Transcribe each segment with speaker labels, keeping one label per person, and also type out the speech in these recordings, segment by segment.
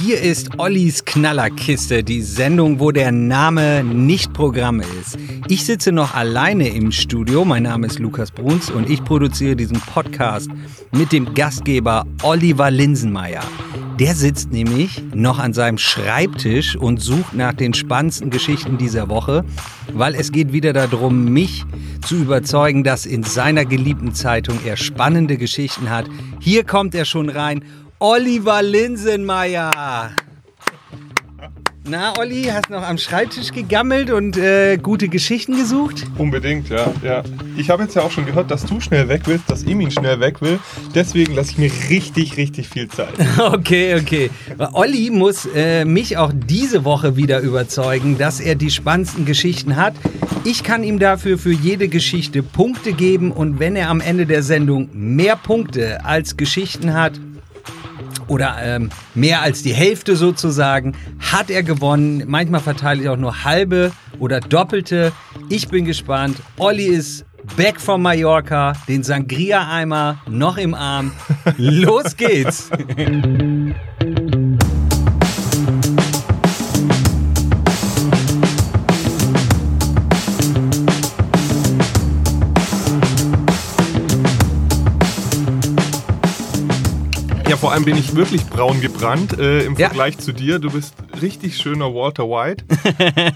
Speaker 1: Hier ist Ollis Knallerkiste, die Sendung, wo der Name nicht Programm ist. Ich sitze noch alleine im Studio. Mein Name ist Lukas Bruns und ich produziere diesen Podcast mit dem Gastgeber Oliver Linsenmeier. Der sitzt nämlich noch an seinem Schreibtisch und sucht nach den spannendsten Geschichten dieser Woche, weil es geht wieder darum, mich zu überzeugen, dass in seiner geliebten Zeitung er spannende Geschichten hat. Hier kommt er schon rein. Oliver Linsenmeier. Na, Olli, hast noch am Schreibtisch gegammelt und äh, gute Geschichten gesucht?
Speaker 2: Unbedingt, ja. ja. Ich habe jetzt ja auch schon gehört, dass du schnell weg willst, dass Emin schnell weg will. Deswegen lasse ich mir richtig, richtig viel Zeit.
Speaker 1: Okay, okay. Olli muss äh, mich auch diese Woche wieder überzeugen, dass er die spannendsten Geschichten hat. Ich kann ihm dafür für jede Geschichte Punkte geben und wenn er am Ende der Sendung mehr Punkte als Geschichten hat, oder ähm, mehr als die Hälfte sozusagen, hat er gewonnen. Manchmal verteile ich auch nur halbe oder doppelte. Ich bin gespannt. Olli ist back from Mallorca, den Sangria-Eimer noch im Arm. Los geht's!
Speaker 2: Ja, vor allem bin ich wirklich braun gebrannt äh, im
Speaker 1: Ja.
Speaker 2: Vergleich zu dir. Du bist richtig schöner Walter White.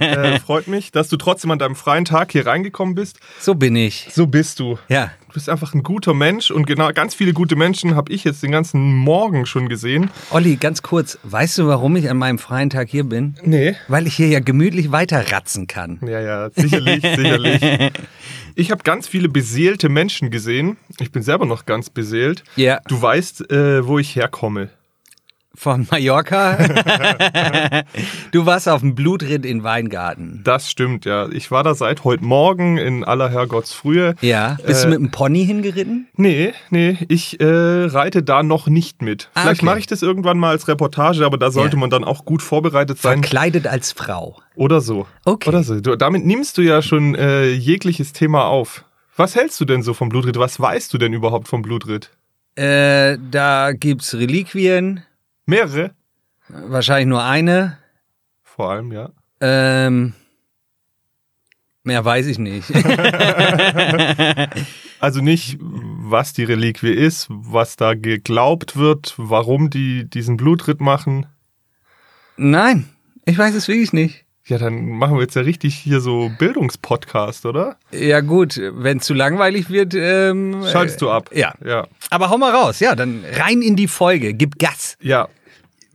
Speaker 2: äh, freut mich, dass du trotzdem an deinem freien Tag hier reingekommen bist.
Speaker 1: So bin ich.
Speaker 2: So bist du.
Speaker 1: Ja.
Speaker 2: Du bist einfach ein guter Mensch und genau ganz viele gute Menschen habe ich jetzt den ganzen Morgen schon gesehen.
Speaker 1: Olli, ganz kurz, weißt du, warum ich an meinem freien Tag hier bin?
Speaker 2: Nee.
Speaker 1: Weil ich hier ja gemütlich weiterratzen kann.
Speaker 2: Ja, ja, sicherlich, sicherlich. Ich habe ganz viele beseelte Menschen gesehen. Ich bin selber noch ganz beseelt.
Speaker 1: Ja.
Speaker 2: Du weißt, äh, wo ich herkomme.
Speaker 1: Von Mallorca. du warst auf dem Blutritt in Weingarten.
Speaker 2: Das stimmt, ja. Ich war da seit heute Morgen in aller Herrgottsfrühe.
Speaker 1: Ja. äh, Bist du mit dem Pony hingeritten?
Speaker 2: Nee, nee, ich äh, reite da noch nicht mit.
Speaker 1: Ah,
Speaker 2: Vielleicht
Speaker 1: okay.
Speaker 2: mache ich das irgendwann mal als Reportage, aber da sollte
Speaker 1: Ja.
Speaker 2: man dann auch gut vorbereitet sein.
Speaker 1: Verkleidet als Frau.
Speaker 2: Oder so.
Speaker 1: Okay.
Speaker 2: Oder so. Du, damit nimmst du ja schon äh, jegliches Thema auf. Was hältst du denn so vom Blutritt? Was weißt du denn überhaupt vom Blutritt?
Speaker 1: Äh, da gibt's Reliquien,
Speaker 2: Mehrere?
Speaker 1: wahrscheinlich nur eine.
Speaker 2: Vor allem, ja.
Speaker 1: Ähm, mehr weiß ich nicht.
Speaker 2: Also nicht, was die Reliquie ist, was da geglaubt wird, warum die diesen Blutritt machen.
Speaker 1: Nein, ich weiß es wirklich nicht.
Speaker 2: Ja, dann machen wir jetzt ja richtig hier so Bildungspodcast, oder?
Speaker 1: Ja gut, wenn zu langweilig wird, ähm,
Speaker 2: Schaltest du ab.
Speaker 1: Äh, ja,
Speaker 2: Ja.
Speaker 1: aber hau mal raus. Ja, dann rein in die Folge. Gib Gas.
Speaker 2: Ja.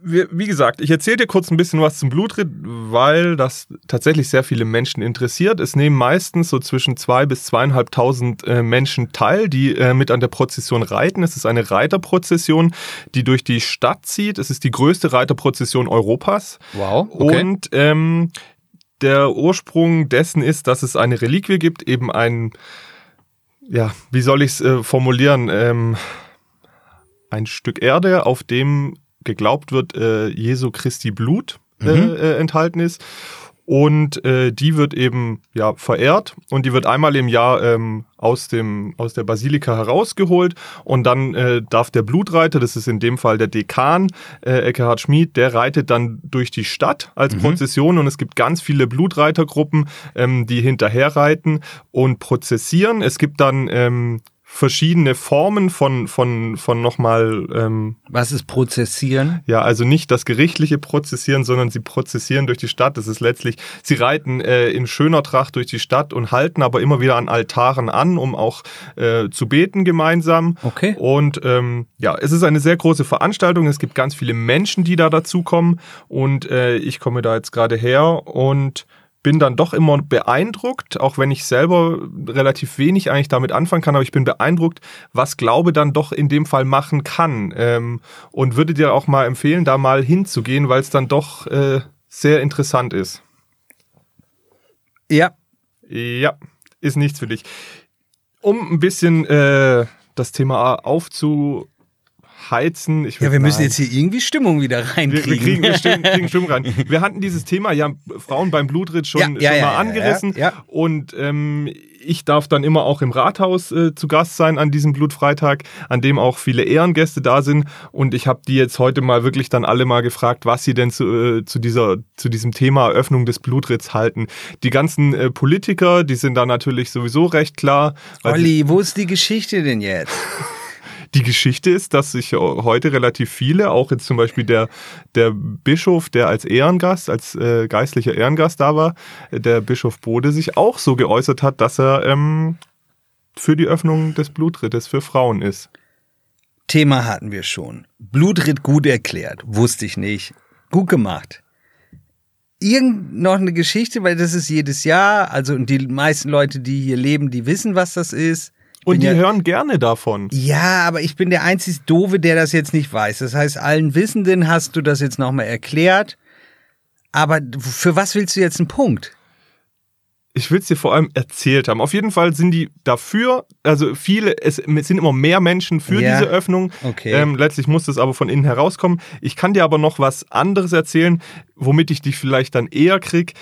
Speaker 2: Wir- Wie gesagt, ich erzähle dir kurz ein bisschen was zum Blutritt, weil das tatsächlich sehr viele Menschen interessiert. Es nehmen meistens so zwischen zwei bis zweieinhalbtausend äh, Menschen teil, die äh, mit an der Prozession reiten. Es ist eine Reiterprozession, die durch die Stadt zieht. Es ist die größte Reiterprozession Europas.
Speaker 1: Wow.
Speaker 2: Und ähm, der Ursprung dessen ist, dass es eine Reliquie gibt, eben ein, ja, wie soll ich es äh, formulieren, ähm, ein Stück Erde, auf dem geglaubt wird, äh, Jesu Christi Blut äh, äh, enthalten ist. Und äh, die wird eben ja verehrt und die wird einmal im Jahr ähm, aus, dem, aus der Basilika herausgeholt und dann äh, darf der Blutreiter, das ist in dem Fall der Dekan äh, Eckhard Schmid, der reitet dann durch die Stadt als Prozession und es gibt ganz viele Blutreitergruppen, ähm, die hinterher reiten und prozessieren. Es gibt dann ähm, verschiedene Formen von, von, von nochmal ähm,
Speaker 1: Was ist Prozessieren?
Speaker 2: ja, also nicht das gerichtliche Prozessieren, sondern sie prozessieren durch die Stadt. Das ist letztlich, sie reiten äh, in schöner Tracht durch die Stadt und halten aber immer wieder an Altaren an, um auch äh, zu beten gemeinsam.
Speaker 1: Okay.
Speaker 2: Und ähm, ja, es ist eine sehr große Veranstaltung. Es gibt ganz viele Menschen, die da dazukommen. Und äh, ich komme da jetzt gerade her und bin dann doch immer beeindruckt, auch wenn ich selber relativ wenig eigentlich damit anfangen kann, aber ich bin beeindruckt, was Glaube dann doch in dem Fall machen kann. Ähm, und würde dir auch mal empfehlen, da mal hinzugehen, weil es dann doch äh, sehr interessant ist.
Speaker 1: Ja.
Speaker 2: Ja, ist nichts für dich. Um ein bisschen äh, das Thema aufzuheizen, heizen. Ich
Speaker 1: Ja,
Speaker 2: will-
Speaker 1: wir müssen
Speaker 2: nein.
Speaker 1: jetzt hier irgendwie Stimmung wieder
Speaker 2: Wir,
Speaker 1: reinkriegen.
Speaker 2: wir kriegen, wir stimmen, kriegen Stimmen rein. Wir hatten dieses Thema ja Frauen beim Blutritt schon,
Speaker 1: Ja,
Speaker 2: schon
Speaker 1: ja,
Speaker 2: mal
Speaker 1: ja, ja,
Speaker 2: angerissen.
Speaker 1: ja, ja.
Speaker 2: Und ähm, ich darf dann immer auch im Rathaus äh, zu Gast sein an diesem Blutfreitag, an dem auch viele Ehrengäste da sind. Und ich habe die jetzt heute mal wirklich dann alle mal gefragt, was sie denn zu, äh, zu, dieser, zu diesem Thema Eröffnung des Blutritts halten. Die ganzen äh, Politiker, die sind da natürlich sowieso recht klar. weil sie-
Speaker 1: Olli, wo ist die Geschichte denn jetzt?
Speaker 2: die Geschichte ist, dass sich heute relativ viele, auch jetzt zum Beispiel der, der Bischof, der als Ehrengast, als äh, geistlicher Ehrengast da war, äh, der Bischof Bode, sich auch so geäußert hat, dass er ähm, für die Öffnung des Blutrittes für Frauen ist.
Speaker 1: Thema hatten wir schon. Blutritt gut erklärt. Wusste ich nicht. Gut gemacht. Irgend noch eine Geschichte, weil das ist jedes Jahr. Also und die meisten Leute, die hier leben, die wissen, was das ist. Ich
Speaker 2: Und
Speaker 1: bin
Speaker 2: die
Speaker 1: ja,
Speaker 2: hören gerne davon.
Speaker 1: ja, aber ich bin der einzige Doofe, der das jetzt nicht weiß. Das heißt, allen Wissenden hast du das jetzt nochmal erklärt. Aber für was willst du jetzt einen Punkt?
Speaker 2: Ich will es dir vor allem erzählt haben. Auf jeden Fall sind die dafür, also viele, es sind immer mehr Menschen für
Speaker 1: Ja.
Speaker 2: diese Öffnung.
Speaker 1: Okay.
Speaker 2: Ähm, letztlich muss das aber von innen herauskommen. Ich kann dir aber noch was anderes erzählen, womit ich dich vielleicht dann eher krieg.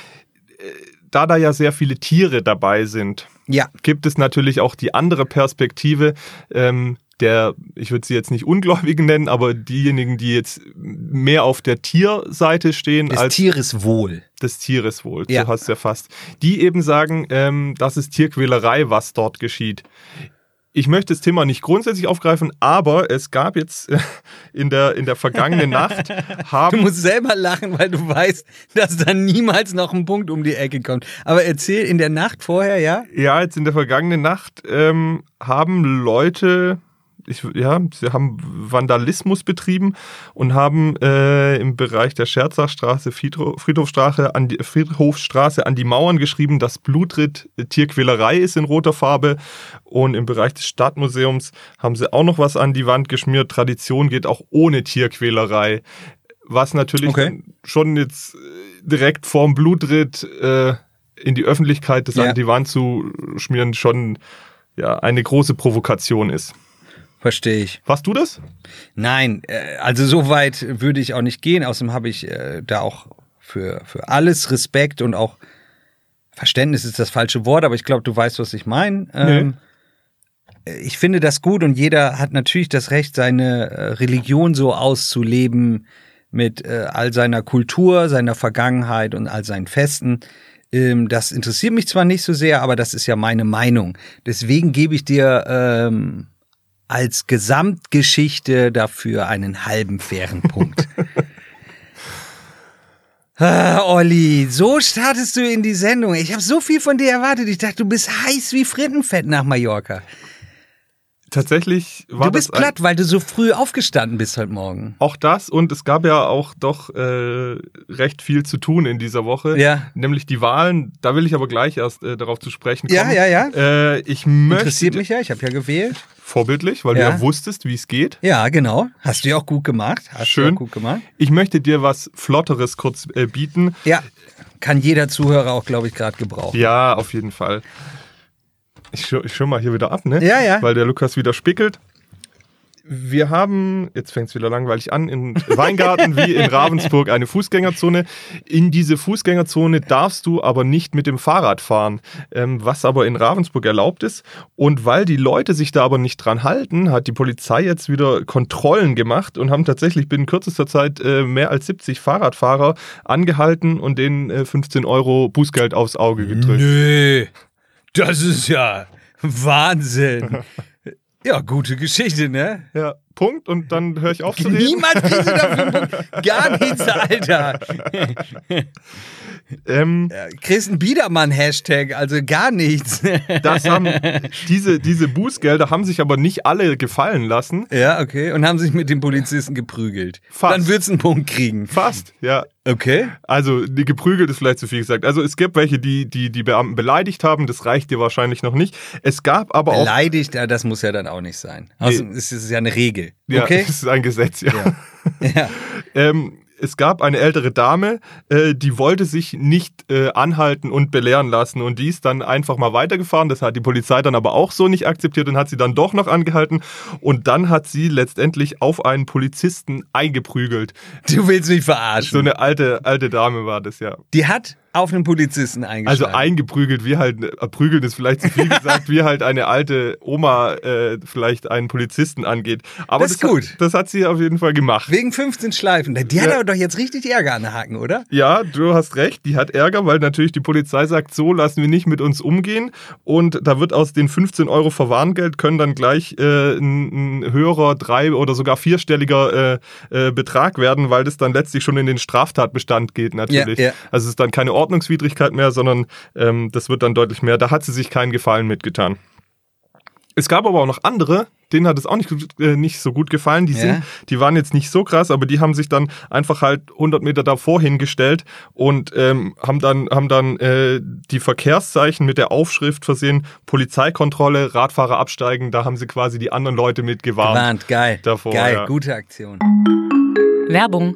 Speaker 2: Äh, Da da ja sehr viele Tiere dabei sind,
Speaker 1: Ja,
Speaker 2: gibt es natürlich auch die andere Perspektive ähm, der, ich würde sie jetzt nicht Ungläubigen nennen, aber diejenigen, die jetzt mehr auf der Tierseite stehen
Speaker 1: des
Speaker 2: als
Speaker 1: Tieres wohl.
Speaker 2: des Tieres wohl.
Speaker 1: Ja.
Speaker 2: So hast du ja fast. Die eben sagen, ähm, das ist Tierquälerei, was dort geschieht. Ich möchte das Thema nicht grundsätzlich aufgreifen, aber es gab jetzt äh, in der, in der vergangenen Nacht,
Speaker 1: Du
Speaker 2: haben
Speaker 1: musst selber lachen, weil du weißt, dass dann niemals noch ein Punkt um die Ecke kommt. Aber erzähl in der Nacht vorher, ja?
Speaker 2: Ja, jetzt in der vergangenen Nacht ähm, haben Leute, ich, ja, sie haben Vandalismus betrieben und haben äh, im Bereich der Scherzachstraße, Friedho- Friedhofstraße an die, Friedhofstraße an die Mauern geschrieben, dass Blutritt äh, Tierquälerei ist in roter Farbe. Und im Bereich des Stadtmuseums haben sie auch noch was an die Wand geschmiert. Tradition geht auch ohne Tierquälerei. Was natürlich
Speaker 1: Okay.
Speaker 2: dann schon jetzt äh, direkt vorm Blutritt äh, in die Öffentlichkeit das
Speaker 1: Ja.
Speaker 2: an die Wand zu schmieren schon ja, eine große Provokation ist.
Speaker 1: Verstehe ich.
Speaker 2: Warst du das?
Speaker 1: Nein, äh, also so weit würde ich auch nicht gehen. Außerdem habe ich äh, da auch für, für alles Respekt und auch Verständnis ist das falsche Wort, aber ich glaube, du weißt, was ich meine. Ähm, äh, Ich finde das gut und jeder hat natürlich das Recht, seine äh, Religion so auszuleben mit äh, all seiner Kultur, seiner Vergangenheit und all seinen Festen. Ähm, das interessiert mich zwar nicht so sehr, aber das ist ja meine Meinung. Deswegen gebe ich dir ähm, als Gesamtgeschichte dafür einen halben fairen Punkt. Ah, Olli, so startest du in die Sendung. Ich habe so viel von dir erwartet. Ich dachte, du bist heiß wie Frittenfett nach Mallorca.
Speaker 2: Tatsächlich war
Speaker 1: Du bist
Speaker 2: das ein-
Speaker 1: platt, weil du so früh aufgestanden bist heute Morgen.
Speaker 2: Auch das und es gab ja auch doch äh, recht viel zu tun in dieser Woche,
Speaker 1: Ja.
Speaker 2: nämlich die Wahlen. Da will ich aber gleich erst äh, darauf zu sprechen kommen.
Speaker 1: Ja, ja, ja.
Speaker 2: Äh, ich möchte
Speaker 1: Interessiert mich ja, ich habe ja gewählt.
Speaker 2: vorbildlich, weil
Speaker 1: Ja.
Speaker 2: du ja wusstest, wie es geht.
Speaker 1: Ja, genau. Hast du ja auch gut gemacht. Hast Du
Speaker 2: Schön.
Speaker 1: ja gut gemacht.
Speaker 2: Ich möchte dir was Flotteres kurz äh, bieten.
Speaker 1: Ja, kann jeder Zuhörer auch, glaube ich, gerade gebrauchen.
Speaker 2: Ja, auf jeden Fall. Ich, schir- ich schirm mal hier wieder ab, ne?
Speaker 1: Ja, ja.
Speaker 2: Weil der Lukas wieder spickelt. Wir haben, jetzt fängt es wieder langweilig an, in Weingarten wie in Ravensburg eine Fußgängerzone. In diese Fußgängerzone darfst du aber nicht mit dem Fahrrad fahren, ähm, was aber in Ravensburg erlaubt ist. Und weil die Leute sich da aber nicht dran halten, hat die Polizei jetzt wieder Kontrollen gemacht und haben tatsächlich binnen kürzester Zeit äh, mehr als 70 Fahrradfahrer angehalten und denen äh, 15 Euro Bußgeld aufs Auge gedrückt.
Speaker 1: Nö, das ist ja Wahnsinn. Ja, gute Geschichte, ne?
Speaker 2: Ja, Punkt und dann höre ich auf zu reden.
Speaker 1: Niemals kriegst du dafür einen Punkt. Gar nichts, Alter.
Speaker 2: Ähm,
Speaker 1: Ja, Chris ein Biedermann-Hashtag, also gar nichts.
Speaker 2: das haben, diese, diese Bußgelder haben sich aber nicht alle gefallen lassen.
Speaker 1: Ja, okay. Und haben sich mit dem Polizisten geprügelt.
Speaker 2: Fast.
Speaker 1: Dann wird's einen Punkt kriegen.
Speaker 2: Fast, ja.
Speaker 1: Okay.
Speaker 2: Also die geprügelt ist vielleicht zu viel gesagt. Also es gibt welche, die die, die Beamten beleidigt haben. Das reicht dir wahrscheinlich noch nicht. Es gab aber auch...
Speaker 1: Beleidigt, ja, das muss ja dann auch nicht Also, sein. Außerdem ist es ja eine Regel.
Speaker 2: Ja,
Speaker 1: Okay?
Speaker 2: das ist ein Gesetz, ja.
Speaker 1: Ja.
Speaker 2: Ähm, es gab eine ältere Dame, äh, die wollte sich nicht äh, anhalten und belehren lassen und die ist dann einfach mal weitergefahren. Das hat die Polizei dann aber auch so nicht akzeptiert und hat sie dann doch noch angehalten und dann hat sie letztendlich auf einen Polizisten eingeprügelt.
Speaker 1: Du willst mich
Speaker 2: So
Speaker 1: verarschen.
Speaker 2: eine alte, alte Dame war das ja.
Speaker 1: Die hat auf einen Polizisten eingeschlagen.
Speaker 2: Also eingeprügelt, wie halt, äh, prügeln ist vielleicht zu viel gesagt, wie halt eine alte Oma äh, vielleicht einen Polizisten angeht. Aber
Speaker 1: Das
Speaker 2: das,
Speaker 1: ist gut.
Speaker 2: Hat, das hat sie auf jeden Fall gemacht.
Speaker 1: Wegen 15 Schleifen. Die hat
Speaker 2: Ja.
Speaker 1: aber doch jetzt richtig Ärger an den Haken, oder?
Speaker 2: Ja, du hast recht, die hat Ärger, weil natürlich die Polizei sagt, so lassen wir nicht mit uns umgehen. Und da wird aus den 15 Euro Verwarngeld können dann gleich äh, ein, ein höherer, drei- oder sogar vierstelliger äh, äh, Betrag werden, weil das dann letztlich schon in den Straftatbestand geht natürlich.
Speaker 1: Ja, ja.
Speaker 2: Also es ist dann keine Ordnungswidrigkeit mehr, sondern ähm, das wird dann deutlich mehr. Da hat sie sich keinen Gefallen mitgetan. Es gab aber auch noch andere, denen hat es auch nicht, gut- äh, nicht so gut gefallen. Die,
Speaker 1: Ja.
Speaker 2: sind, die waren jetzt nicht so krass, aber die haben sich dann einfach halt 100 Meter davor hingestellt und ähm, haben dann, haben dann äh, die Verkehrszeichen mit der Aufschrift versehen, Polizeikontrolle, Radfahrer absteigen, da haben sie quasi die anderen Leute mit gewarnt.
Speaker 1: Warnt, geil.
Speaker 2: Davor,
Speaker 1: geil,
Speaker 2: ja.
Speaker 1: gute Aktion.
Speaker 3: Werbung.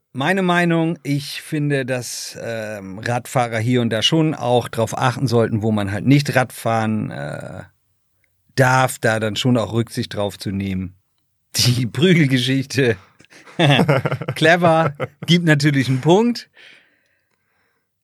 Speaker 1: meine Meinung, ich finde, dass ähm, Radfahrer hier und da schon auch darauf achten sollten, wo man halt nicht Radfahren äh, darf, da dann schon auch Rücksicht drauf zu nehmen. Die Prügelgeschichte, clever, gibt natürlich einen Punkt.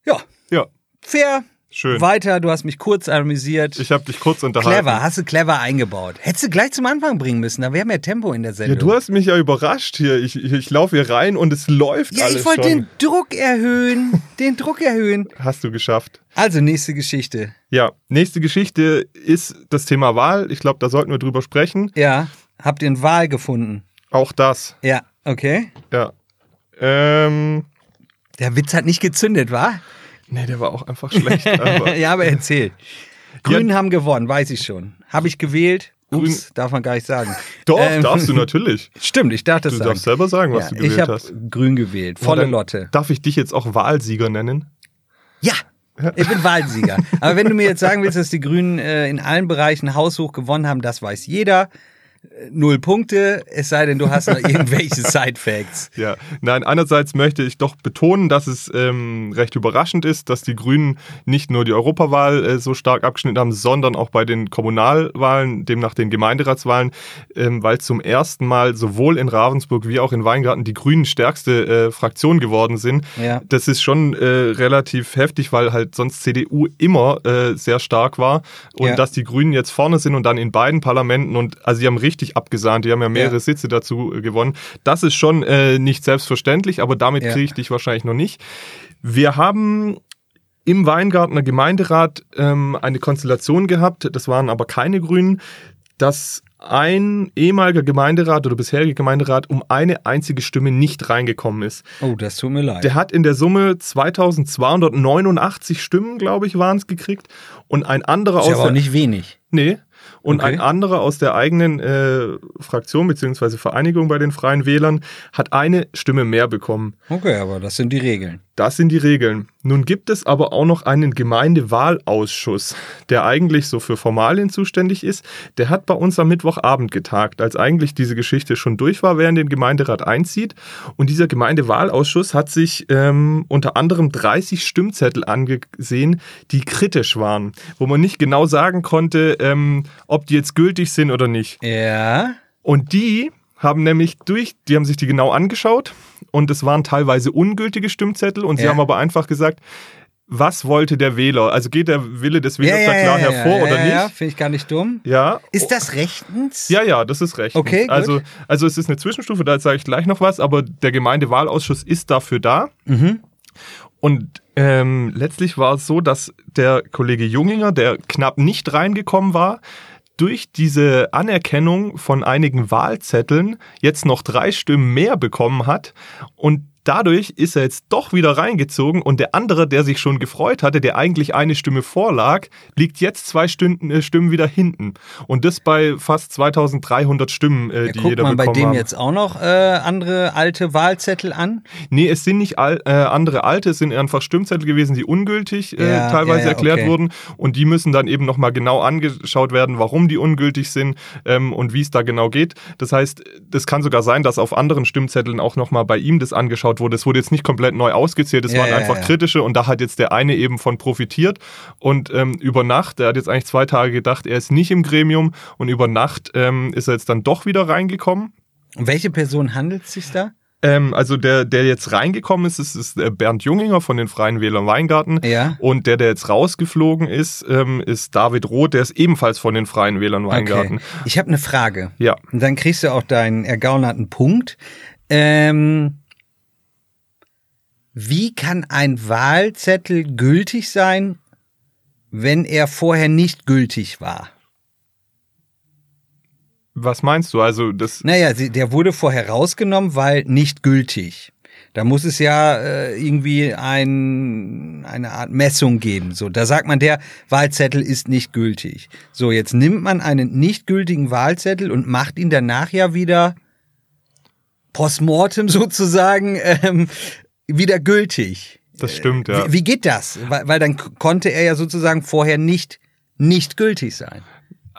Speaker 1: Ja,
Speaker 2: Ja,
Speaker 1: fair,
Speaker 2: schön.
Speaker 1: weiter, du hast mich kurz amüsiert.
Speaker 2: Ich habe dich kurz unterhalten.
Speaker 1: clever, hast du clever eingebaut. Hättest du gleich zum Anfang bringen müssen, da wäre mehr Tempo in der
Speaker 2: Ja,
Speaker 1: Sendung.
Speaker 2: du hast mich ja überrascht hier. Ich, ich, ich laufe hier rein und es läuft
Speaker 1: Ja,
Speaker 2: alles
Speaker 1: ich wollte
Speaker 2: schon.
Speaker 1: den Druck erhöhen. Den Druck erhöhen.
Speaker 2: Hast du geschafft.
Speaker 1: Also, nächste Geschichte.
Speaker 2: Ja, nächste Geschichte ist das Thema Wahl. Ich glaube, da sollten wir drüber sprechen.
Speaker 1: Ja, habt ihr einen Wahl gefunden?
Speaker 2: Auch das,
Speaker 1: Ja, okay.
Speaker 2: ja. Ähm,
Speaker 1: Der Witz hat nicht gezündet, war?
Speaker 2: nee, der war auch einfach schlecht. Aber
Speaker 1: Ja, aber erzähl. Grünen haben gewonnen, weiß ich schon. Habe ich gewählt? Ups, darf man gar nicht sagen.
Speaker 2: doch,
Speaker 1: Ähm,
Speaker 2: darfst du natürlich.
Speaker 1: Stimmt, ich darf das
Speaker 2: Du
Speaker 1: sagen.
Speaker 2: darfst selber sagen, was
Speaker 1: ja,
Speaker 2: du gewählt
Speaker 1: ich hab
Speaker 2: hast.
Speaker 1: Grün gewählt, volle
Speaker 2: Dann
Speaker 1: Lotte.
Speaker 2: Darf ich dich jetzt auch Wahlsieger nennen?
Speaker 1: Ja, ich bin Wahlsieger. Aber wenn du mir jetzt sagen willst, dass die Grünen äh, in allen Bereichen haushoch gewonnen haben, das weiß jeder. Äh, Null Punkte, es sei denn, du hast noch irgendwelche Sidefacts.
Speaker 2: Ja, nein, einerseits möchte ich doch betonen, dass es ähm, recht überraschend ist, dass die Grünen nicht nur die Europawahl äh, so stark abgeschnitten haben, sondern auch bei den Kommunalwahlen, demnach den Gemeinderatswahlen, ähm, weil zum ersten Mal sowohl in Ravensburg wie auch in Weingarten die Grünen stärkste äh, Fraktion geworden sind.
Speaker 1: Ja.
Speaker 2: Das ist schon äh, relativ heftig, weil halt sonst CDU immer äh, sehr stark war und
Speaker 1: Ja.
Speaker 2: dass die Grünen jetzt vorne sind und dann in beiden Parlamenten und also sie haben richtig abgesahnt, die haben ja mehrere
Speaker 1: Ja.
Speaker 2: Sitze dazu äh, gewonnen. Das ist schon äh, nicht selbstverständlich, aber damit
Speaker 1: Ja.
Speaker 2: kriege ich dich wahrscheinlich noch nicht. Wir haben im Weingartner Gemeinderat ähm, eine Konstellation gehabt, das waren aber keine Grünen, dass ein ehemaliger Gemeinderat oder bisheriger Gemeinderat um eine einzige Stimme nicht reingekommen ist.
Speaker 1: Oh, das tut mir leid.
Speaker 2: Der hat in der Summe 2289 Stimmen, glaube ich, waren es gekriegt. Und ein anderer
Speaker 1: ist
Speaker 2: aus
Speaker 1: aber auch
Speaker 2: der,
Speaker 1: nicht wenig.
Speaker 2: nee, und
Speaker 1: Okay.
Speaker 2: ein anderer aus der eigenen äh, Fraktion bzw. Vereinigung bei den Freien Wählern hat eine Stimme mehr bekommen.
Speaker 1: Okay, aber das sind die Regeln.
Speaker 2: Das sind die Regeln. Nun gibt es aber auch noch einen Gemeindewahlausschuss, der eigentlich so für Formalien zuständig ist. Der hat bei uns am Mittwochabend getagt, als eigentlich diese Geschichte schon durch war, während den Gemeinderat einzieht. Und dieser Gemeindewahlausschuss hat sich ähm, unter anderem 30 Stimmzettel angesehen, die kritisch waren, wo man nicht genau sagen konnte, ähm, ob die jetzt gültig sind oder nicht.
Speaker 1: Ja.
Speaker 2: Und die haben nämlich durch, die haben sich die genau angeschaut und es waren teilweise ungültige Stimmzettel und sie
Speaker 1: Ja.
Speaker 2: haben aber einfach gesagt, was wollte der Wähler? Also geht der Wille des
Speaker 1: Ja,
Speaker 2: Wählers da klar hervor
Speaker 1: ja,
Speaker 2: oder
Speaker 1: ja, Ja,
Speaker 2: nicht?
Speaker 1: finde ich gar nicht dumm.
Speaker 2: Ja.
Speaker 1: Ist das rechtens?
Speaker 2: Ja, ja, das ist recht.
Speaker 1: Okay, gut.
Speaker 2: also, also es ist eine Zwischenstufe, da sage ich gleich noch was, aber der Gemeindewahlausschuss ist dafür da.
Speaker 1: Mhm.
Speaker 2: Und ähm, letztlich war es so, dass der Kollege Junginger, der knapp nicht reingekommen war, durch diese Anerkennung von einigen Wahlzetteln jetzt noch drei Stimmen mehr bekommen hat und Dadurch ist er jetzt doch wieder reingezogen und der andere, der sich schon gefreut hatte, der eigentlich eine Stimme vorlag, liegt jetzt zwei Stunden, äh, Stimmen wieder hinten. Und das bei fast 2300 Stimmen, äh,
Speaker 1: Ja,
Speaker 2: die
Speaker 1: guckt
Speaker 2: jeder
Speaker 1: man bei
Speaker 2: bekommen
Speaker 1: dem
Speaker 2: haben.
Speaker 1: jetzt auch noch äh, andere alte Wahlzettel an?
Speaker 2: Nee, es sind nicht al äh, andere alte, es sind einfach Stimmzettel gewesen, die ungültig
Speaker 1: Ja,
Speaker 2: äh, teilweise
Speaker 1: ja, ja,
Speaker 2: erklärt
Speaker 1: okay.
Speaker 2: wurden. Und die müssen dann eben nochmal genau angeschaut werden, warum die ungültig sind ähm, und wie es da genau geht. Das heißt, das kann sogar sein, dass auf anderen Stimmzetteln auch nochmal bei ihm das angeschaut wurde. Es wurde jetzt nicht komplett neu ausgezählt, es
Speaker 1: Ja,
Speaker 2: waren
Speaker 1: ja,
Speaker 2: einfach
Speaker 1: ja.
Speaker 2: kritische und da hat jetzt der eine eben von profitiert. Und ähm, über Nacht, er hat jetzt eigentlich zwei Tage gedacht, er ist nicht im Gremium und über Nacht ähm, ist er jetzt dann doch wieder reingekommen.
Speaker 1: Um welche Person handelt es sich da?
Speaker 2: Ähm, also der, der jetzt reingekommen ist, ist, ist äh, Bernd Junginger von den Freien Wählern Weingarten.
Speaker 1: Ja.
Speaker 2: Und der, der jetzt rausgeflogen ist, ähm, ist David Roth, der ist ebenfalls von den Freien Wählern Weingarten.
Speaker 1: Okay. Ich habe eine Frage.
Speaker 2: Ja.
Speaker 1: Und dann kriegst du auch deinen ergaunerten Punkt. Ähm, wie kann ein Wahlzettel gültig sein, wenn er vorher nicht gültig war?
Speaker 2: Was meinst du? Also das,
Speaker 1: Naja, sie- der wurde vorher rausgenommen, weil nicht gültig. Da muss es ja äh, irgendwie ein, eine Art Messung geben. So, da sagt man, der Wahlzettel ist nicht gültig. So, jetzt nimmt man einen nicht gültigen Wahlzettel und macht ihn danach ja wieder postmortem sozusagen ähm, wieder gültig.
Speaker 2: das stimmt, ja.
Speaker 1: Äh, Wie, wie geht das? Weil, weil dann k- konnte er ja sozusagen vorher nicht nicht gültig sein.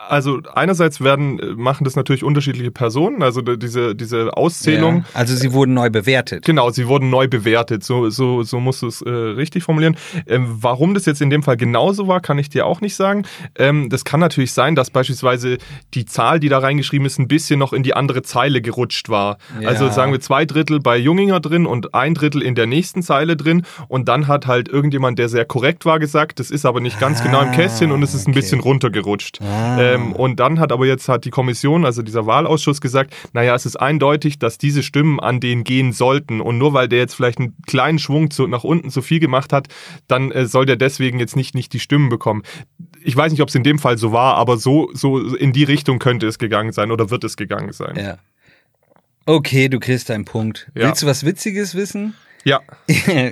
Speaker 2: Also einerseits werden, äh, machen das natürlich unterschiedliche Personen, also d- diese, diese Auszählung.
Speaker 1: Ja. Also sie wurden neu bewertet.
Speaker 2: Genau, sie wurden neu bewertet, so, so, so musst du es äh, richtig formulieren. Ähm, warum das jetzt in dem Fall genauso war, kann ich dir auch nicht sagen. Ähm, das kann natürlich sein, dass beispielsweise die Zahl, die da reingeschrieben ist, ein bisschen noch in die andere Zeile gerutscht war.
Speaker 1: Ja.
Speaker 2: Also sagen wir zwei Drittel bei Junginger drin und ein Drittel in der nächsten Zeile drin. Und dann hat halt irgendjemand, der sehr korrekt war, gesagt, das ist aber nicht ganz genau im
Speaker 1: Ah,
Speaker 2: Kästchen und es ist ein
Speaker 1: okay.
Speaker 2: bisschen runtergerutscht.
Speaker 1: Ah.
Speaker 2: Ähm, und dann hat aber jetzt hat die Kommission, also dieser Wahlausschuss, gesagt, naja, es ist eindeutig, dass diese Stimmen an den gehen sollten. Und nur weil der jetzt vielleicht einen kleinen Schwung zu, nach unten zu viel gemacht hat, dann äh, soll der deswegen jetzt nicht, nicht die Stimmen bekommen. Ich weiß nicht, ob es in dem Fall so war, aber so, so in die Richtung könnte es gegangen sein oder wird es gegangen sein.
Speaker 1: Ja. Okay, du kriegst einen Punkt.
Speaker 2: Ja.
Speaker 1: Willst du was Witziges wissen?
Speaker 2: Ja,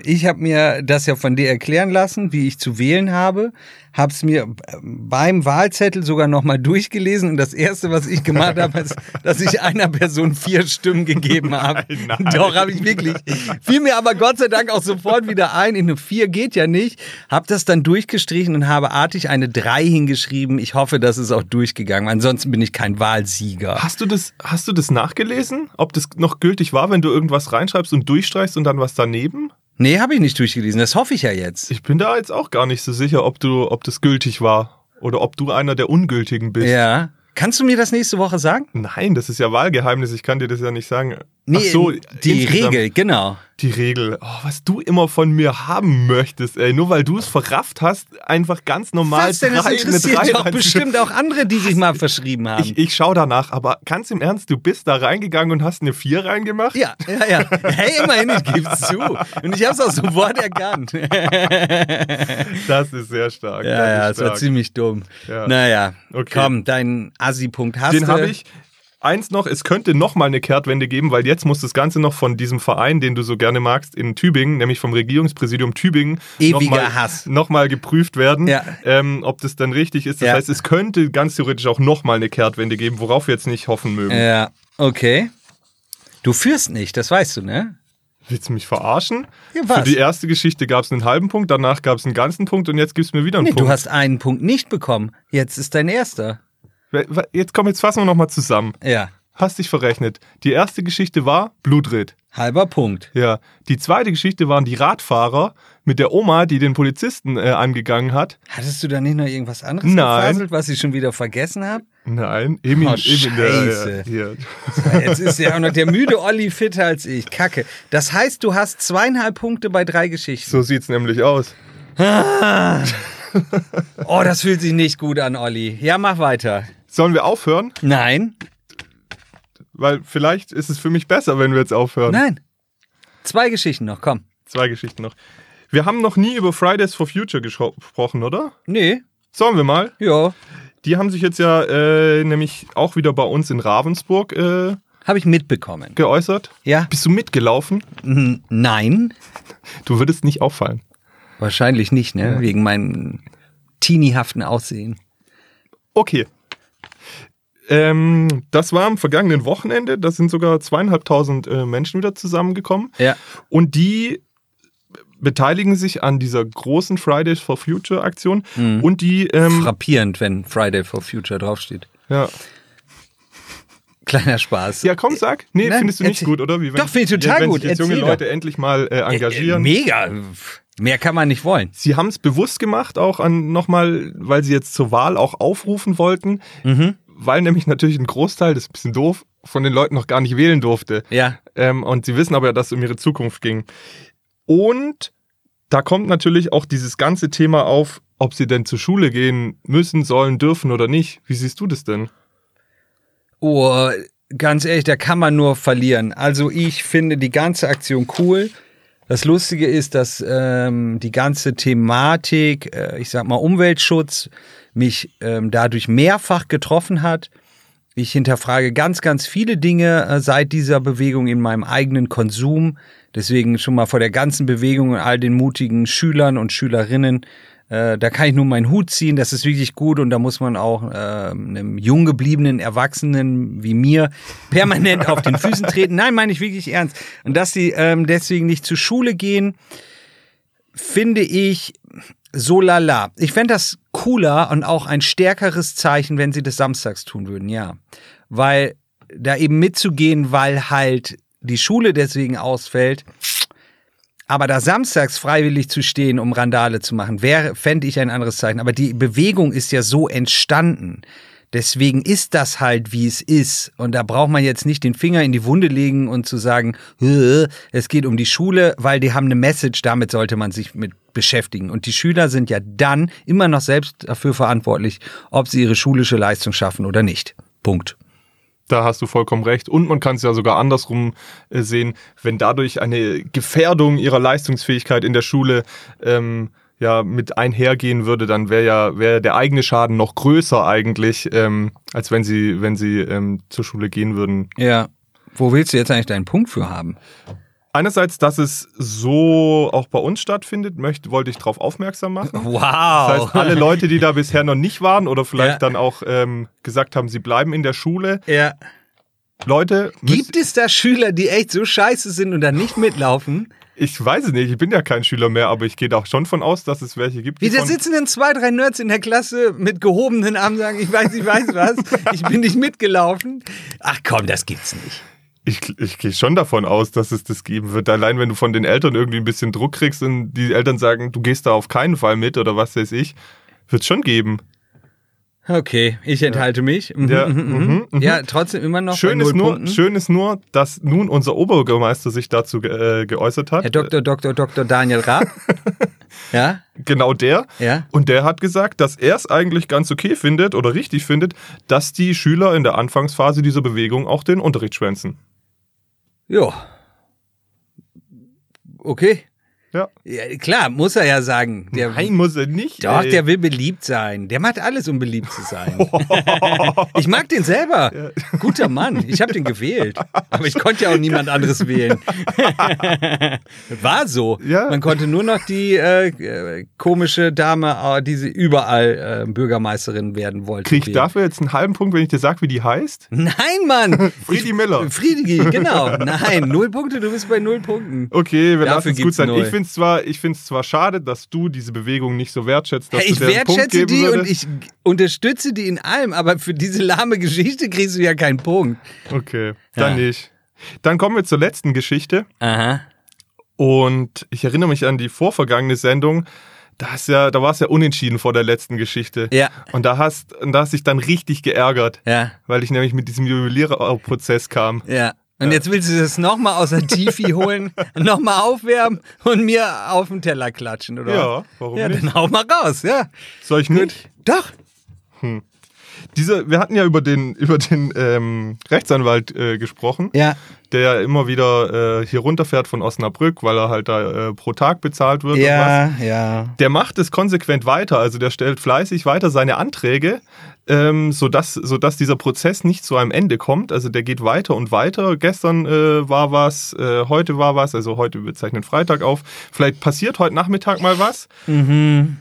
Speaker 1: Ich habe mir das ja von dir erklären lassen, wie ich zu wählen habe, habe es mir beim Wahlzettel sogar nochmal durchgelesen und das Erste, was ich gemacht habe, ist, dass ich einer Person vier Stimmen gegeben habe.
Speaker 2: Nein, nein.
Speaker 1: Doch, habe ich wirklich. Fiel mir aber Gott sei Dank auch sofort wieder ein, in eine vier geht ja nicht. Habe das dann durchgestrichen und habe artig eine drei hingeschrieben. Ich hoffe, das ist auch durchgegangen. Ansonsten bin ich kein Wahlsieger.
Speaker 2: Hast du das, hast du das nachgelesen? Ob das noch gültig war, wenn du irgendwas reinschreibst und durchstreichst und dann was daneben?
Speaker 1: Nee, habe ich nicht durchgelesen. Das hoffe ich ja jetzt.
Speaker 2: Ich bin da jetzt auch gar nicht so sicher, ob du, ob das gültig war oder ob du einer der Ungültigen bist.
Speaker 1: Ja. Kannst du mir das nächste Woche sagen?
Speaker 2: Nein, das ist ja Wahlgeheimnis. Ich kann dir das ja nicht sagen. Ach so,
Speaker 1: die
Speaker 2: insgesamt-
Speaker 1: Regel, genau.
Speaker 2: Die Regel. Oh, was du immer von mir haben möchtest, ey. Nur weil du es verrafft hast, einfach ganz normal
Speaker 1: Was denn? Das
Speaker 2: drei,
Speaker 1: interessiert
Speaker 2: eine drei
Speaker 1: doch
Speaker 2: reinzu-
Speaker 1: bestimmt auch andere, die sich mal verschrieben haben.
Speaker 2: Ich, ich schau danach, aber ganz im Ernst, du bist da reingegangen und hast eine 4 reingemacht?
Speaker 1: ja, ja, ja. Hey, immerhin, ich gebe es zu. Und ich habe es auch sofort erkannt. ja,
Speaker 2: Das ist sehr stark.
Speaker 1: ja, es
Speaker 2: das ist
Speaker 1: war
Speaker 2: stark.
Speaker 1: ziemlich dumm.
Speaker 2: Ja.
Speaker 1: Naja,
Speaker 2: Okay.
Speaker 1: komm, deinen Assi-Punkt hast
Speaker 2: Den
Speaker 1: du.
Speaker 2: habe ich. Eins noch, es könnte noch mal eine Kehrtwende geben, weil jetzt muss das Ganze noch von diesem Verein, den du so gerne magst, in Tübingen, nämlich vom Regierungspräsidium Tübingen,
Speaker 1: Ewiger
Speaker 2: noch mal-
Speaker 1: Hass.
Speaker 2: noch mal geprüft werden,
Speaker 1: Ja.
Speaker 2: ähm, ob das dann richtig ist. Das
Speaker 1: Ja.
Speaker 2: heißt, es könnte ganz theoretisch auch noch mal eine Kehrtwende geben, worauf wir jetzt nicht hoffen mögen.
Speaker 1: Ja, okay. Du führst nicht, das weißt du, ne?
Speaker 2: Willst du mich verarschen?
Speaker 1: Ja, was?
Speaker 2: Für die erste Geschichte gab es einen halben Punkt, danach gab es einen ganzen Punkt und jetzt gibst du mir wieder einen
Speaker 1: Nee,
Speaker 2: Punkt.
Speaker 1: du hast einen Punkt nicht bekommen. Jetzt ist dein erster.
Speaker 2: We- we- jetzt komm, jetzt fassen wir noch mal zusammen.
Speaker 1: Ja,
Speaker 2: Hast dich verrechnet. Die erste Geschichte war Blutritt.
Speaker 1: halber Punkt.
Speaker 2: Ja, die zweite Geschichte waren die Radfahrer mit der Oma, die den Polizisten äh, angegangen hat.
Speaker 1: Hattest du da nicht noch irgendwas anderes
Speaker 2: Nein.
Speaker 1: gefaselt, was ich schon wieder vergessen habe?
Speaker 2: Nein, eben,
Speaker 1: Oh,
Speaker 2: in- eben in der.
Speaker 1: Scheiße.
Speaker 2: Äh, hier.
Speaker 1: Jetzt ist ja auch noch der müde Olli fitter als ich. Kacke. Das heißt, du hast zweieinhalb Punkte bei drei Geschichten.
Speaker 2: So sieht's nämlich aus.
Speaker 1: Oh, das fühlt sich nicht gut an, Olli. Ja, mach weiter.
Speaker 2: Sollen wir aufhören?
Speaker 1: Nein,
Speaker 2: Weil vielleicht ist es für mich besser, wenn wir jetzt aufhören.
Speaker 1: nein. Zwei Geschichten noch, komm.
Speaker 2: Zwei Geschichten noch. Wir haben noch nie über Fridays for Future geschro- gesprochen, oder?
Speaker 1: Nee,
Speaker 2: Sollen wir mal?
Speaker 1: ja.
Speaker 2: Die haben sich jetzt ja äh, nämlich auch wieder bei uns in Ravensburg äh,
Speaker 1: Habe ich mitbekommen.
Speaker 2: geäußert?
Speaker 1: Ja.
Speaker 2: Bist du mitgelaufen?
Speaker 1: N- Nein.
Speaker 2: Du würdest nicht auffallen.
Speaker 1: Wahrscheinlich nicht, ne? Wegen meinem teeniehaften Aussehen.
Speaker 2: Okay. Ähm, das war am vergangenen Wochenende. Da sind sogar zweieinhalbtausend äh, Menschen wieder zusammengekommen.
Speaker 1: Ja.
Speaker 2: Und die beteiligen sich an dieser großen Fridays for Future Aktion.
Speaker 1: Mhm.
Speaker 2: Und die, ähm,
Speaker 1: Frappierend, wenn Friday for Future draufsteht.
Speaker 2: ja.
Speaker 1: Kleiner Spaß.
Speaker 2: ja, komm, sag. Nee,
Speaker 1: Äh, Nein,
Speaker 2: findest du nicht
Speaker 1: erzähl-
Speaker 2: gut, oder? Wie,
Speaker 1: Doch, finde ich total
Speaker 2: wenn
Speaker 1: gut.
Speaker 2: Sich jetzt junge
Speaker 1: Erzähl doch.
Speaker 2: Leute endlich mal äh, engagieren.
Speaker 1: Äh, Mega. Mehr kann man nicht wollen.
Speaker 2: Sie haben es bewusst gemacht, auch an nochmal, weil sie jetzt zur Wahl auch aufrufen wollten, weil nämlich natürlich ein Großteil, das ist ein bisschen doof, von den Leuten noch gar nicht wählen durfte.
Speaker 1: Ja.
Speaker 2: Ähm, und sie wissen aber, dass es um ihre Zukunft ging. Und da kommt natürlich auch dieses ganze Thema auf, ob sie denn zur Schule gehen müssen, sollen, dürfen oder nicht. Wie siehst du das denn?
Speaker 1: Oh, ganz ehrlich, da kann man nur verlieren. Also ich finde die ganze Aktion cool. Das Lustige ist, dass ähm, die ganze Thematik, äh, ich sag mal Umweltschutz, mich ähm, dadurch mehrfach getroffen hat. Ich hinterfrage ganz, ganz viele Dinge äh, seit dieser Bewegung in meinem eigenen Konsum. Deswegen schon mal vor der ganzen Bewegung und all den mutigen Schülern und Schülerinnen. Äh, da kann ich nur meinen Hut ziehen, das ist wirklich gut und da muss man auch äh, einem jung gebliebenen Erwachsenen wie mir permanent auf den Füßen treten. Nein, meine ich wirklich ernst. Und dass sie ähm, deswegen nicht zur Schule gehen, finde ich so lala. Ich fände das cooler und auch ein stärkeres Zeichen, wenn sie das samstags tun würden, ja. Weil da eben mitzugehen, weil halt die Schule deswegen ausfällt. Aber da samstags freiwillig zu stehen, um Randale zu machen, wäre, fände ich ein anderes Zeichen. Aber die Bewegung ist ja so entstanden. Deswegen ist das halt, wie es ist. Und da braucht man jetzt nicht den Finger in die Wunde legen und zu sagen, "Hö, es geht um die Schule, weil die haben eine Message, damit sollte man sich mit beschäftigen. Und die Schüler sind ja dann immer noch selbst dafür verantwortlich, ob sie ihre schulische Leistung schaffen oder nicht. Punkt.
Speaker 2: Da hast du vollkommen recht. Und man kann es ja sogar andersrum äh, sehen, wenn dadurch eine Gefährdung ihrer Leistungsfähigkeit in der Schule ähm, ja mit einhergehen würde, dann wäre ja wäre der eigene Schaden noch größer eigentlich, ähm, als wenn sie wenn sie ähm, zur Schule gehen würden.
Speaker 1: Ja. Wo willst du jetzt eigentlich deinen Punkt für haben?
Speaker 2: Einerseits, dass es so auch bei uns stattfindet, möchte, wollte ich darauf aufmerksam machen. Das
Speaker 1: Wow.
Speaker 2: heißt, alle Leute, die da bisher noch nicht waren oder vielleicht
Speaker 1: Ja.
Speaker 2: dann auch ähm, gesagt haben, sie bleiben in der Schule.
Speaker 1: ja.
Speaker 2: Leute, müsst-
Speaker 1: Gibt es da Schüler, die echt so scheiße sind und dann nicht mitlaufen?
Speaker 2: ich weiß es nicht, ich bin ja kein Schüler mehr, aber ich gehe da auch schon von aus, dass es welche gibt. die
Speaker 1: Wie da
Speaker 2: von-
Speaker 1: sitzen dann zwei, drei Nerds in der Klasse mit gehobenen Armen sagen, ich weiß, ich weiß was, ich bin nicht mitgelaufen. Ach komm, das gibt's nicht.
Speaker 2: Ich, ich gehe schon davon aus, dass es das geben wird. Allein wenn du von den Eltern irgendwie ein bisschen Druck kriegst und die Eltern sagen, du gehst da auf keinen Fall mit oder was weiß ich, wird schon geben.
Speaker 1: Okay, ich enthalte mich. Mhm,
Speaker 2: Ja,
Speaker 1: mhm,
Speaker 2: mhm, mhm.
Speaker 1: ja, trotzdem immer noch
Speaker 2: Schön
Speaker 1: bei
Speaker 2: ist,
Speaker 1: null
Speaker 2: nur,
Speaker 1: Punkten.
Speaker 2: schön ist nur, dass nun unser Oberbürgermeister sich dazu ge äh, geäußert hat.
Speaker 1: Herr Dr. Dr. Dr. Daniel Raab. ja,
Speaker 2: Genau der.
Speaker 1: ja.
Speaker 2: Und der hat gesagt, dass er es eigentlich ganz okay findet oder richtig findet, dass die Schüler in der Anfangsphase dieser Bewegung auch den Unterricht schwänzen.
Speaker 1: Jo. Okay.
Speaker 2: Ja.
Speaker 1: Ja, klar, muss er ja sagen. Der,
Speaker 2: Nein, muss er nicht.
Speaker 1: Doch,
Speaker 2: ey.
Speaker 1: der will beliebt sein. Der macht alles, um beliebt zu sein. ich mag den selber. Guter Mann. Ich habe den gewählt. Aber ich konnte ja auch niemand anderes wählen. War so.
Speaker 2: Ja.
Speaker 1: Man konnte nur noch die äh, äh, komische Dame, äh, die sie überall äh, Bürgermeisterin werden wollte.
Speaker 2: Krieg ich
Speaker 1: wählen.
Speaker 2: dafür jetzt einen halben Punkt, wenn ich dir sage, wie die heißt?
Speaker 1: Nein, Mann.
Speaker 2: Friedi Miller.
Speaker 1: Friedi, genau. Nein, null Punkte. Du bist bei null Punkten.
Speaker 2: Okay, wir
Speaker 1: Dafür
Speaker 2: lassen es gut
Speaker 1: gibt's
Speaker 2: sein.
Speaker 1: null.
Speaker 2: Ich finde es zwar, ich find's zwar schade, dass du diese Bewegung nicht so wertschätzt. Dass
Speaker 1: Hey, ich
Speaker 2: du dir einen Punkt
Speaker 1: wertschätze
Speaker 2: geben
Speaker 1: die
Speaker 2: würdest.
Speaker 1: und ich unterstütze die in allem, aber für diese lahme Geschichte kriegst du ja keinen Punkt.
Speaker 2: Okay, dann
Speaker 1: Ja.
Speaker 2: nicht. Dann kommen wir zur letzten Geschichte.
Speaker 1: Aha.
Speaker 2: Und ich erinnere mich an die vorvergangene Sendung. Da, ist ja, da war es ja unentschieden vor der letzten Geschichte.
Speaker 1: Ja.
Speaker 2: Und da hast, und da hast dich dann richtig geärgert,
Speaker 1: Ja,
Speaker 2: weil ich nämlich mit diesem Juweliererprozess kam.
Speaker 1: ja. Und jetzt willst du das nochmal aus der Tifi holen, nochmal aufwärmen und mir auf den Teller klatschen, oder?
Speaker 2: Ja, warum
Speaker 1: Ja,
Speaker 2: nicht?
Speaker 1: dann hau mal raus, ja.
Speaker 2: Soll ich nicht?
Speaker 1: Doch.
Speaker 2: Diese, wir hatten ja über den, über den ähm, Rechtsanwalt äh, gesprochen,
Speaker 1: Ja.
Speaker 2: der ja immer wieder äh, hier runterfährt von Osnabrück, weil er halt da äh, pro Tag bezahlt wird. Und was.
Speaker 1: Ja, ja.
Speaker 2: Der macht es konsequent weiter, also der stellt fleißig weiter seine Anträge, ähm, sodass, sodass dieser Prozess nicht zu einem Ende kommt. Also der geht weiter und weiter. Gestern äh, war was, äh, heute war was, also heute wir zeichnen Freitag auf. Vielleicht passiert heute Nachmittag mal was. Mhm.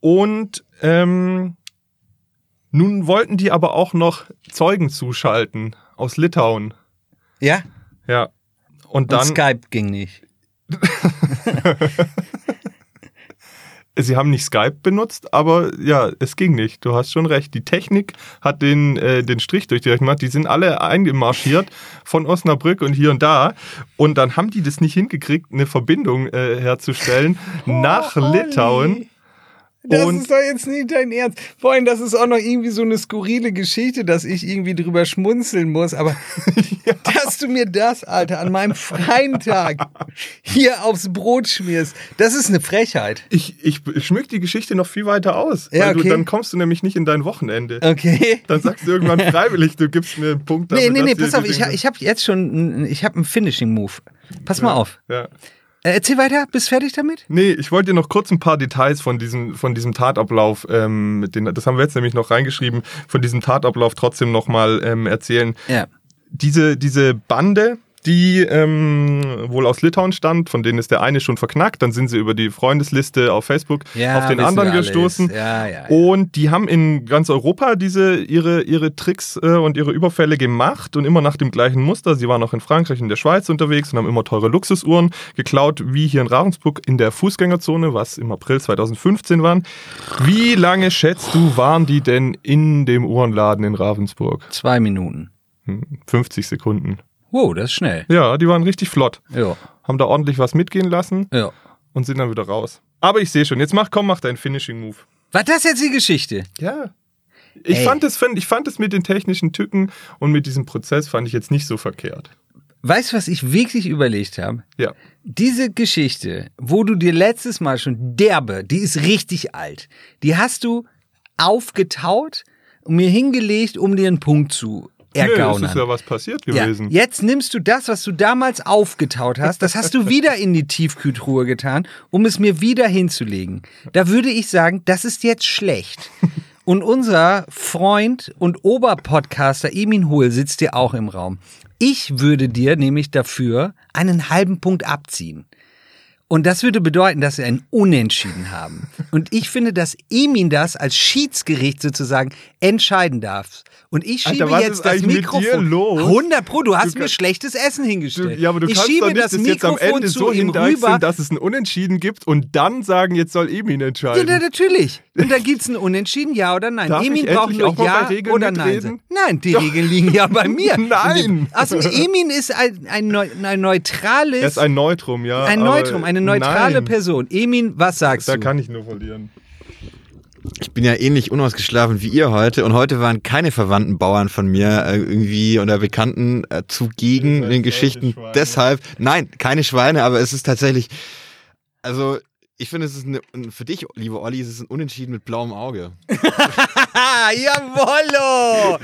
Speaker 2: Und ähm, nun wollten die aber auch noch Zeugen zuschalten aus Litauen.
Speaker 1: Ja,
Speaker 2: Ja.
Speaker 1: und
Speaker 2: Und dann,
Speaker 1: Skype ging nicht.
Speaker 2: sie haben nicht Skype benutzt, aber ja, es ging nicht. Du hast schon recht. Die Technik hat den, äh, den Strich durch die Rechnung gemacht. Die sind alle eingemarschiert von Osnabrück und hier und da. Und dann haben die das nicht hingekriegt, eine Verbindung äh, herzustellen
Speaker 1: Oh,
Speaker 2: nach Litauen.
Speaker 1: Das
Speaker 2: Und-
Speaker 1: ist doch jetzt nicht dein Ernst. Vor allem, das ist auch noch irgendwie so eine skurrile Geschichte, dass ich irgendwie drüber schmunzeln muss. Aber dass du mir das, Alter, an meinem freien Tag hier aufs Brot schmierst, das ist eine Frechheit.
Speaker 2: Ich, ich, ich schmück die Geschichte noch viel weiter aus.
Speaker 1: Ja,
Speaker 2: weil du,
Speaker 1: okay.
Speaker 2: dann kommst du nämlich nicht in dein Wochenende.
Speaker 1: Okay.
Speaker 2: Dann sagst du irgendwann freiwillig, du gibst mir einen Punkt.
Speaker 1: Nee,
Speaker 2: dafür,
Speaker 1: nee, nee,
Speaker 2: dass
Speaker 1: pass
Speaker 2: die-
Speaker 1: auf, ich, ha- ich habe jetzt schon, einen- ich habe einen Finishing-Move. Pass mal auf.
Speaker 2: ja.
Speaker 1: Äh, erzähl weiter, bist fertig damit?
Speaker 2: Nee, ich wollte dir noch kurz ein paar Details von diesem, von diesem Tatablauf, ähm, mit den, das haben wir jetzt nämlich noch reingeschrieben, von diesem Tatablauf trotzdem nochmal ähm, erzählen.
Speaker 1: Ja.
Speaker 2: Diese, diese Bande, die ähm, wohl aus Litauen stammt, von denen ist der eine schon verknackt, dann sind sie über die Freundesliste auf Facebook
Speaker 1: Ja,
Speaker 2: auf den
Speaker 1: wissen
Speaker 2: anderen
Speaker 1: wir alles.
Speaker 2: gestoßen. Oh.
Speaker 1: Ja, ja, ja.
Speaker 2: Und die haben in ganz Europa diese, ihre, ihre Tricks äh, und ihre Überfälle gemacht und immer nach dem gleichen Muster. Sie waren auch in Frankreich und in der Schweiz unterwegs und haben immer teure Luxusuhren geklaut, wie hier in Ravensburg in der Fußgängerzone, was im April 2015 waren. Wie lange, schätzt du, waren die denn in dem Uhrenladen in Ravensburg?
Speaker 1: Zwei Minuten.
Speaker 2: Hm, 50 Sekunden.
Speaker 1: Wow, das ist schnell.
Speaker 2: Ja, die waren richtig flott.
Speaker 1: Ja.
Speaker 2: Haben da ordentlich was mitgehen lassen
Speaker 1: Ja.
Speaker 2: und sind dann wieder raus. Aber ich sehe schon, jetzt mach, komm, mach deinen Finishing-Move.
Speaker 1: War das jetzt die Geschichte?
Speaker 2: Ja. Ich
Speaker 1: Ey.
Speaker 2: fand, es, fand- ich fand es mit den technischen Tücken und mit diesem Prozess fand ich jetzt nicht so verkehrt.
Speaker 1: Weißt du, was ich wirklich überlegt habe?
Speaker 2: Ja.
Speaker 1: Diese Geschichte, wo du dir letztes Mal schon derbe, die ist richtig alt, die hast du aufgetaut und mir hingelegt, um dir einen Punkt zu
Speaker 2: es
Speaker 1: ergaunern.
Speaker 2: ist ja was passiert
Speaker 1: Ja,
Speaker 2: gewesen.
Speaker 1: jetzt nimmst du das, was du damals aufgetaut hast, das hast du wieder in die Tiefkühltruhe getan, um es mir wieder hinzulegen. Da würde ich sagen, das ist jetzt schlecht. Und unser Freund und Oberpodcaster Emin Hohl sitzt dir auch im Raum. Ich würde dir nämlich dafür einen halben Punkt abziehen. Und das würde bedeuten, dass wir ein Unentschieden haben. Und ich finde, dass Emin das als Schiedsgericht sozusagen entscheiden darf. Und ich
Speaker 2: Alter,
Speaker 1: schiebe
Speaker 2: was ist
Speaker 1: jetzt das
Speaker 2: eigentlich mit dir
Speaker 1: Mikrofon.
Speaker 2: los?
Speaker 1: 100 Pro, du hast
Speaker 2: Du
Speaker 1: mir
Speaker 2: kann-
Speaker 1: schlechtes Essen hingestellt.
Speaker 2: ja, aber du
Speaker 1: ich
Speaker 2: kannst
Speaker 1: schiebe
Speaker 2: doch nicht
Speaker 1: das
Speaker 2: das jetzt am
Speaker 1: Mikrofon
Speaker 2: Ende
Speaker 1: zu
Speaker 2: so
Speaker 1: ihm
Speaker 2: hindeichseln,
Speaker 1: rüber.
Speaker 2: dass es ein Unentschieden gibt und dann sagen, jetzt soll Emin
Speaker 1: ja,
Speaker 2: entscheiden.
Speaker 1: na, natürlich. Und dann gibt's ein Unentschieden, ja oder nein.
Speaker 2: Darf
Speaker 1: Emin
Speaker 2: ich
Speaker 1: braucht
Speaker 2: endlich
Speaker 1: nur
Speaker 2: auch mal
Speaker 1: Ja
Speaker 2: bei Regeln
Speaker 1: oder Nein.
Speaker 2: mitreden?
Speaker 1: sein. Nein, die Regeln liegen ja bei mir.
Speaker 2: Nein.
Speaker 1: Achso, Emin ist ein, ein, neu, ein neutrales,
Speaker 2: er ist ein Neutrum, ja.
Speaker 1: ein
Speaker 2: aber
Speaker 1: Neutrum, eine neutrale
Speaker 2: nein,
Speaker 1: Person. Emin, was sagst
Speaker 2: Da
Speaker 1: du?
Speaker 2: kann ich nur verlieren.
Speaker 4: Ich bin ja ähnlich unausgeschlafen wie ihr heute und heute waren keine verwandten Bauern von mir äh, irgendwie oder Bekannten äh, zugegen
Speaker 2: Ihr
Speaker 4: in
Speaker 2: seid
Speaker 4: den Geschichten.
Speaker 2: solche Schweine.
Speaker 4: Deshalb, nein, keine Schweine, aber es ist tatsächlich, also ich finde, es ist eine, für dich, liebe Olli, es ist ein Unentschieden mit blauem Auge.
Speaker 1: Ah, jawollo!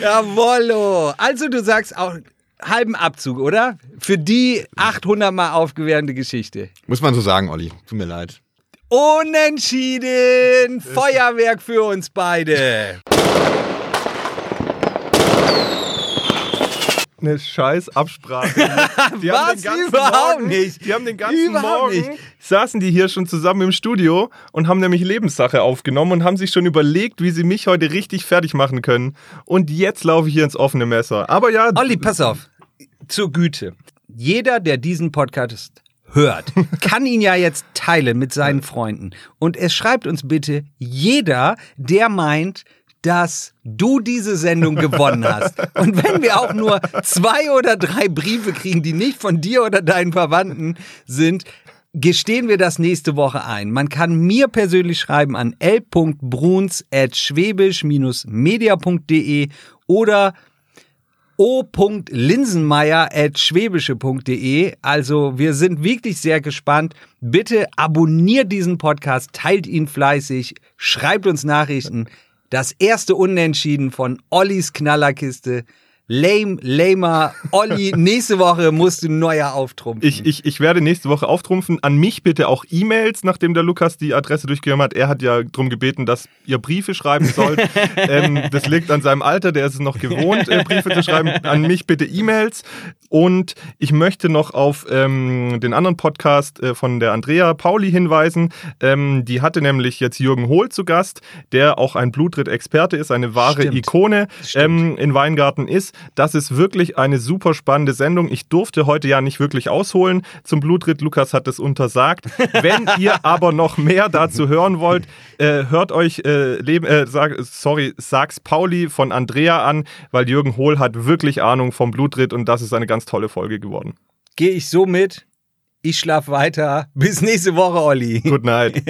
Speaker 1: jawollo! Also du sagst auch halben Abzug, oder? Für die 800 mal aufgewärmte Geschichte.
Speaker 4: Muss man so sagen, Olli. Tut mir leid.
Speaker 1: Unentschieden! Feuerwerk für uns beide!
Speaker 2: Eine scheiß Absprache. Die haben
Speaker 1: Was?
Speaker 2: den ganzen
Speaker 1: Überhaupt
Speaker 2: Morgen,
Speaker 1: nicht.
Speaker 2: Die haben den ganzen
Speaker 1: Überhaupt
Speaker 2: Morgen,
Speaker 1: nicht.
Speaker 2: saßen die hier schon zusammen im Studio und haben nämlich Lebenssache aufgenommen und haben sich schon überlegt, wie sie mich heute richtig fertig machen können. Und jetzt laufe ich hier ins offene Messer. Aber ja,
Speaker 1: Olli, pass auf. Zur Güte. Jeder, der diesen Podcast hört, kann ihn ja jetzt teilen mit seinen Freunden. Und es schreibt uns bitte jeder, der meint, dass du diese Sendung gewonnen hast. Und wenn wir auch nur zwei oder drei Briefe kriegen, die nicht von dir oder deinen Verwandten sind, gestehen wir das nächste Woche ein. Man kann mir persönlich schreiben an l.bruns@schwäbisch-media.de oder o.linsenmeier.schwäbische.de. Also wir sind wirklich sehr gespannt. Bitte abonniert diesen Podcast, teilt ihn fleißig, schreibt uns Nachrichten. Das erste Unentschieden von Ollis Knallerkiste. Lame, lamer Olli. Nächste Woche musst du neuer auftrumpfen.
Speaker 2: Ich, ich, ich werde nächste Woche auftrumpfen. An mich bitte auch E-Mails, nachdem der Lukas die Adresse durchgegeben hat. Er hat ja darum gebeten, dass ihr Briefe schreiben sollt. ähm, das liegt an seinem Alter, der ist es noch gewohnt, äh, Briefe zu schreiben. An mich bitte E-Mails. Und ich möchte noch auf ähm, den anderen Podcast äh, von der Andrea Pauli hinweisen. Ähm, die hatte nämlich jetzt Jürgen Hohl zu Gast, der auch ein Blutritt-Experte ist, eine wahre
Speaker 1: Stimmt.
Speaker 2: Ikone
Speaker 1: Stimmt.
Speaker 2: ähm, in Weingarten ist. Das ist wirklich eine super spannende Sendung. Ich durfte heute ja nicht wirklich ausholen zum Blutritt. Lukas hat es untersagt. Wenn ihr aber noch mehr dazu hören wollt, äh, hört euch äh, Leben, äh, sag, sorry, sag's Pauli von Andrea an, weil Jürgen Hohl hat wirklich Ahnung vom Blutritt und das ist eine ganz tolle Folge geworden.
Speaker 1: Gehe ich so mit. Ich schlaf weiter. Bis nächste Woche, Olli.
Speaker 2: Good night.